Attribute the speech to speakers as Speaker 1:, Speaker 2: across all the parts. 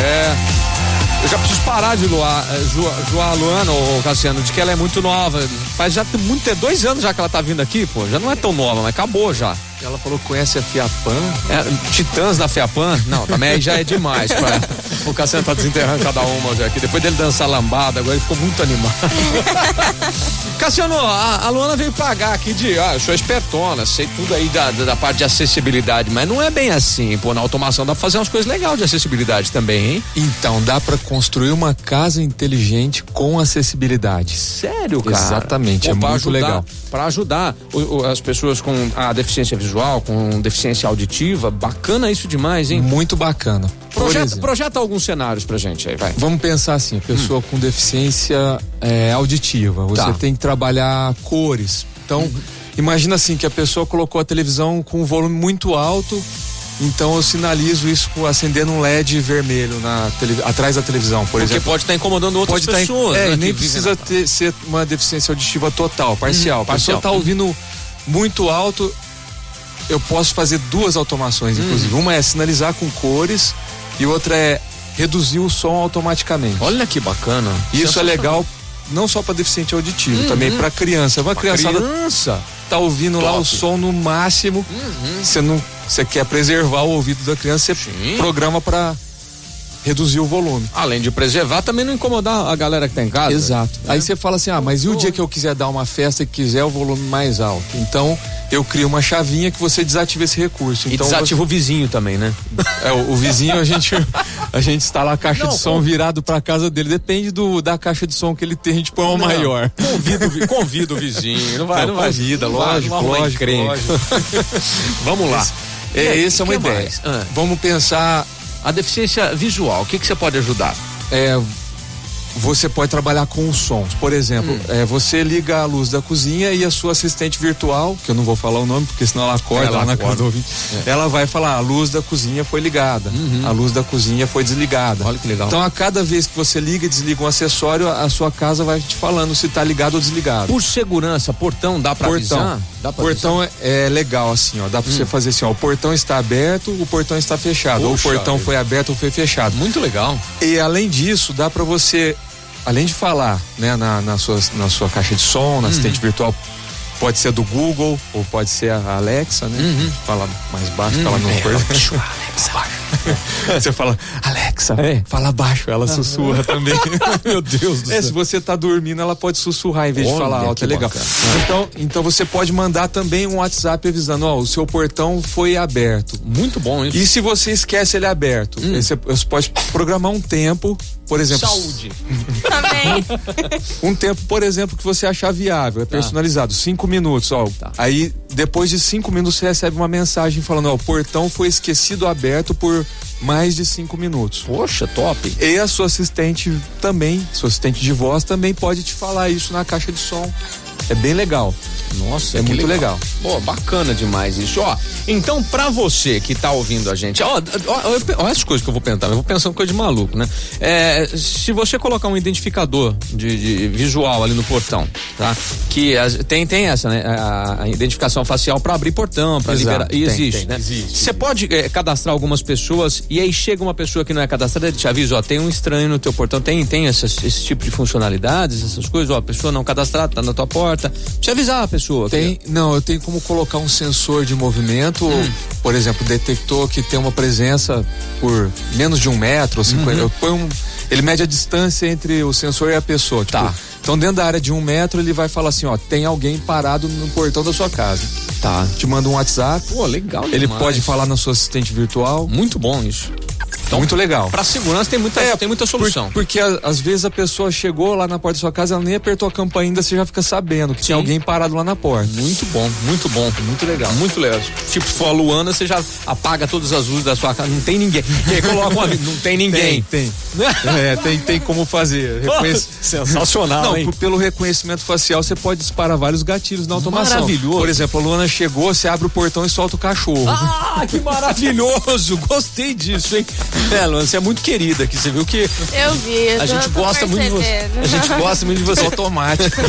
Speaker 1: É. parar de luar, ju, joar a Luana, ô Cassiano, de que ela é muito nova. Faz já muito, é dois anos já que ela tá vindo aqui, pô. Já não é tão nova, mas acabou já.
Speaker 2: Ela falou que conhece a Fiapan.
Speaker 1: É, titãs da Fiapan? Não, também aí já é demais. Pra... O Cassiano tá desenterrando cada uma já aqui. Depois dele dançar lambada, agora ele ficou muito animado. Cassiano, a, a, Luana veio pagar aqui de. Ah, eu sou espertona, sei tudo aí da, da, da, parte de acessibilidade, mas não é bem assim. Pô, na automação dá pra fazer umas coisas legais de acessibilidade também, hein?
Speaker 2: Então, dá para construir uma casa inteligente com acessibilidade.
Speaker 1: Sério, cara?
Speaker 2: Exatamente, Pô, é muito
Speaker 1: ajudar,
Speaker 2: legal.
Speaker 1: Para ajudar o, o, as pessoas com a deficiência visual visual, com deficiência auditiva. Bacana isso demais, hein?
Speaker 2: Muito bacana.
Speaker 1: Projeta,
Speaker 2: é.
Speaker 1: exemplo, projeta alguns cenários pra gente aí, vai.
Speaker 2: Vamos pensar assim: pessoa hum. com deficiência é, auditiva, você tá. tem que trabalhar cores. Então, uhum. imagina assim: que a pessoa colocou a televisão com um volume muito alto. Então eu sinalizo isso acendendo um LED vermelho na tele, atrás da televisão, por
Speaker 1: Porque
Speaker 2: exemplo.
Speaker 1: pode estar incomodando outras pode pessoas.
Speaker 2: Tá, é,
Speaker 1: né,
Speaker 2: nem precisa ter, ser uma deficiência auditiva total, parcial. Uhum, parcial. A pessoa tá ouvindo muito alto, eu posso fazer duas automações, inclusive. Hum. Uma é sinalizar com cores e outra é reduzir o som automaticamente.
Speaker 1: Olha que bacana.
Speaker 2: Isso é legal não só para deficiente auditivo, hum, também hum. para criança. Uma criançada criança tá ouvindo Top. lá o som no máximo. Você não, você quer preservar o ouvido da criança, você Sim. programa para reduzir o volume.
Speaker 1: Além de preservar, também não incomodar a galera que tá em casa. Então,
Speaker 2: Exato. É. Aí você fala assim: ah, mas e o dia que eu quiser dar uma festa e quiser o volume mais alto? Então eu crio uma chavinha que você desativa esse recurso.
Speaker 1: E
Speaker 2: então,
Speaker 1: desativa você... o vizinho também, né?
Speaker 2: É, o, o vizinho a gente a gente instala a caixa não, de som virado para casa dele, depende do da caixa de som que ele tem, a gente põe uma maior.
Speaker 1: Convido, convido o vizinho, não vai, não, não vai.
Speaker 2: Convida, lógico, não vai, lógico, lógico, lógico.
Speaker 1: Vamos lá.
Speaker 2: É, é, essa é uma ideia. Ah. Vamos pensar
Speaker 1: a deficiência visual, o que, que você pode ajudar?
Speaker 2: É, você pode trabalhar com os sons. Por exemplo, hum. é, você liga a luz da cozinha e a sua assistente virtual, que eu não vou falar o nome, porque senão ela acorda ela lá acorda. na casa do ouvinte, é. ela vai falar: a luz da cozinha foi ligada, uhum. a luz da cozinha foi desligada.
Speaker 1: Olha que legal.
Speaker 2: Então, a cada vez que você liga e desliga um acessório, a sua casa vai te falando se está ligado ou desligado.
Speaker 1: Por segurança, portão dá para
Speaker 2: portão.
Speaker 1: avisar?
Speaker 2: Dá pra portão avisar? é legal, assim, ó. Dá para hum. você fazer assim, ó. O portão está aberto, o portão está fechado. Poxa, ou o portão eu... foi aberto ou foi fechado.
Speaker 1: Muito legal.
Speaker 2: E além disso, dá para você além de falar né, na, na, sua, na sua caixa de som, na uhum. assistente virtual, pode ser do Google ou pode ser a Alexa, né? Uhum. Fala mais baixo, uhum.
Speaker 1: Hum,
Speaker 2: fala
Speaker 1: é,
Speaker 2: no corpo. você fala, Alexa, é. fala baixo, ela sussurra também.
Speaker 1: Meu Deus do céu. É,
Speaker 2: se você tá dormindo, ela pode sussurrar em vez Olha, de falar alto, é legal. Bacana. Então, então você pode mandar também um WhatsApp avisando, ó, oh, o seu portão foi aberto.
Speaker 1: Muito bom isso.
Speaker 2: E se você esquece ele aberto, hum. você, você pode programar um tempo por exemplo.
Speaker 1: Saúde.
Speaker 2: Também. um tempo, por exemplo, que você achar viável, é personalizado. Tá. Cinco minutos, ó. Tá. Aí, depois de cinco minutos, você recebe uma mensagem falando, ó, o portão foi esquecido aberto por mais de cinco minutos.
Speaker 1: Poxa, top.
Speaker 2: E a sua assistente também, sua assistente de voz também pode te falar isso na caixa de som. É bem legal.
Speaker 1: Nossa,
Speaker 2: é muito legal. legal.
Speaker 1: Pô, bacana demais isso. Ó, então pra você que tá ouvindo a gente, ó, ó, ó, ó as coisas que eu vou pensar, eu vou pensando coisa de maluco, né? É, se você colocar um identificador de, de visual ali no portão, tá? Que as, tem, tem essa, né? A, a identificação facial para abrir portão, para liberar. E existe, tem, né? Existe. Você pode é, cadastrar algumas pessoas e aí chega uma pessoa que não é cadastrada, ele te avisa, ó, tem um estranho no teu portão, tem, tem essas, esse tipo de funcionalidades, essas coisas, ó, a pessoa não cadastrada, tá na tua porta. Te avisar a pessoa.
Speaker 2: Tem, aqui. não, eu tenho como colocar um sensor de movimento, hum. ou, por exemplo, detector que tem uma presença por menos de um metro, assim, uhum. eu ponho um, ele mede a distância entre o sensor e a pessoa. Tipo, tá. Então, dentro da área de um metro, ele vai falar assim: ó, tem alguém parado no portão da sua casa.
Speaker 1: Tá.
Speaker 2: Te manda um WhatsApp.
Speaker 1: Pô, legal.
Speaker 2: Ele demais. pode falar na sua assistente virtual.
Speaker 1: Muito bom isso.
Speaker 2: Então, muito legal.
Speaker 1: Pra segurança tem muita, é, tem muita solução.
Speaker 2: Por, porque a, às vezes a pessoa chegou lá na porta da sua casa, ela nem apertou a campainha, você já fica sabendo que Sim. tem alguém parado lá na porta.
Speaker 1: Muito bom, muito bom.
Speaker 2: Muito legal.
Speaker 1: Muito legal. Tipo, se for a Luana, você já apaga todas as luzes da sua casa, não tem ninguém. E aí coloca uma não tem ninguém. Né?
Speaker 2: Tem, tem. é, tem, tem como fazer.
Speaker 1: Reconhec... Sensacional, não, hein?
Speaker 2: Pelo reconhecimento facial, você pode disparar vários gatilhos na automação.
Speaker 1: Maravilhoso.
Speaker 2: Por exemplo, a Luana chegou, você abre o portão e solta o cachorro.
Speaker 1: Ah, que maravilhoso! Gostei disso, hein? É, Luana, você é muito querida aqui, você viu que.
Speaker 3: Eu vi, eu
Speaker 1: a gente gosta
Speaker 3: percebendo. muito
Speaker 1: de você. A gente gosta muito de você.
Speaker 2: Automático.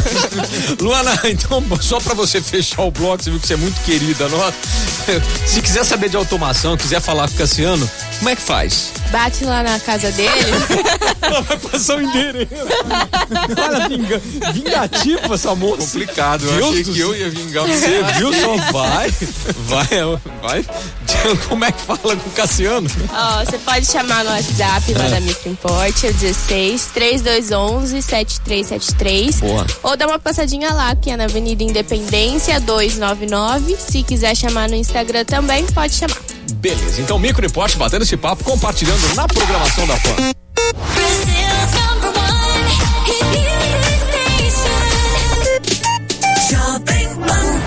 Speaker 1: Luana, então, só pra você fechar o bloco, você viu que você é muito querida, nossa. Se quiser saber de automação, quiser falar com o Cassiano, como é que faz?
Speaker 3: Bate lá na casa dele.
Speaker 1: Ela vai passar o endereço. Olha, vinga, vingativa essa moça.
Speaker 2: Complicado, eu
Speaker 1: Deus
Speaker 2: achei
Speaker 1: do
Speaker 2: que eu ia vingar você.
Speaker 1: Você viu só? Vai, vai, vai. Como é que fala com o Cassiano?
Speaker 3: Ó, você pode chamar no
Speaker 1: É.
Speaker 3: WhatsApp lá da Micro Import, é o 16 3211 7373.
Speaker 1: Boa.
Speaker 3: Ou dá uma passadinha lá, que é na Avenida Independência 299. Se quiser chamar no Instagram também, pode chamar.
Speaker 1: Beleza, então Micro Repórter batendo esse papo, compartilhando na programação da Pan.
Speaker 4: Brasil.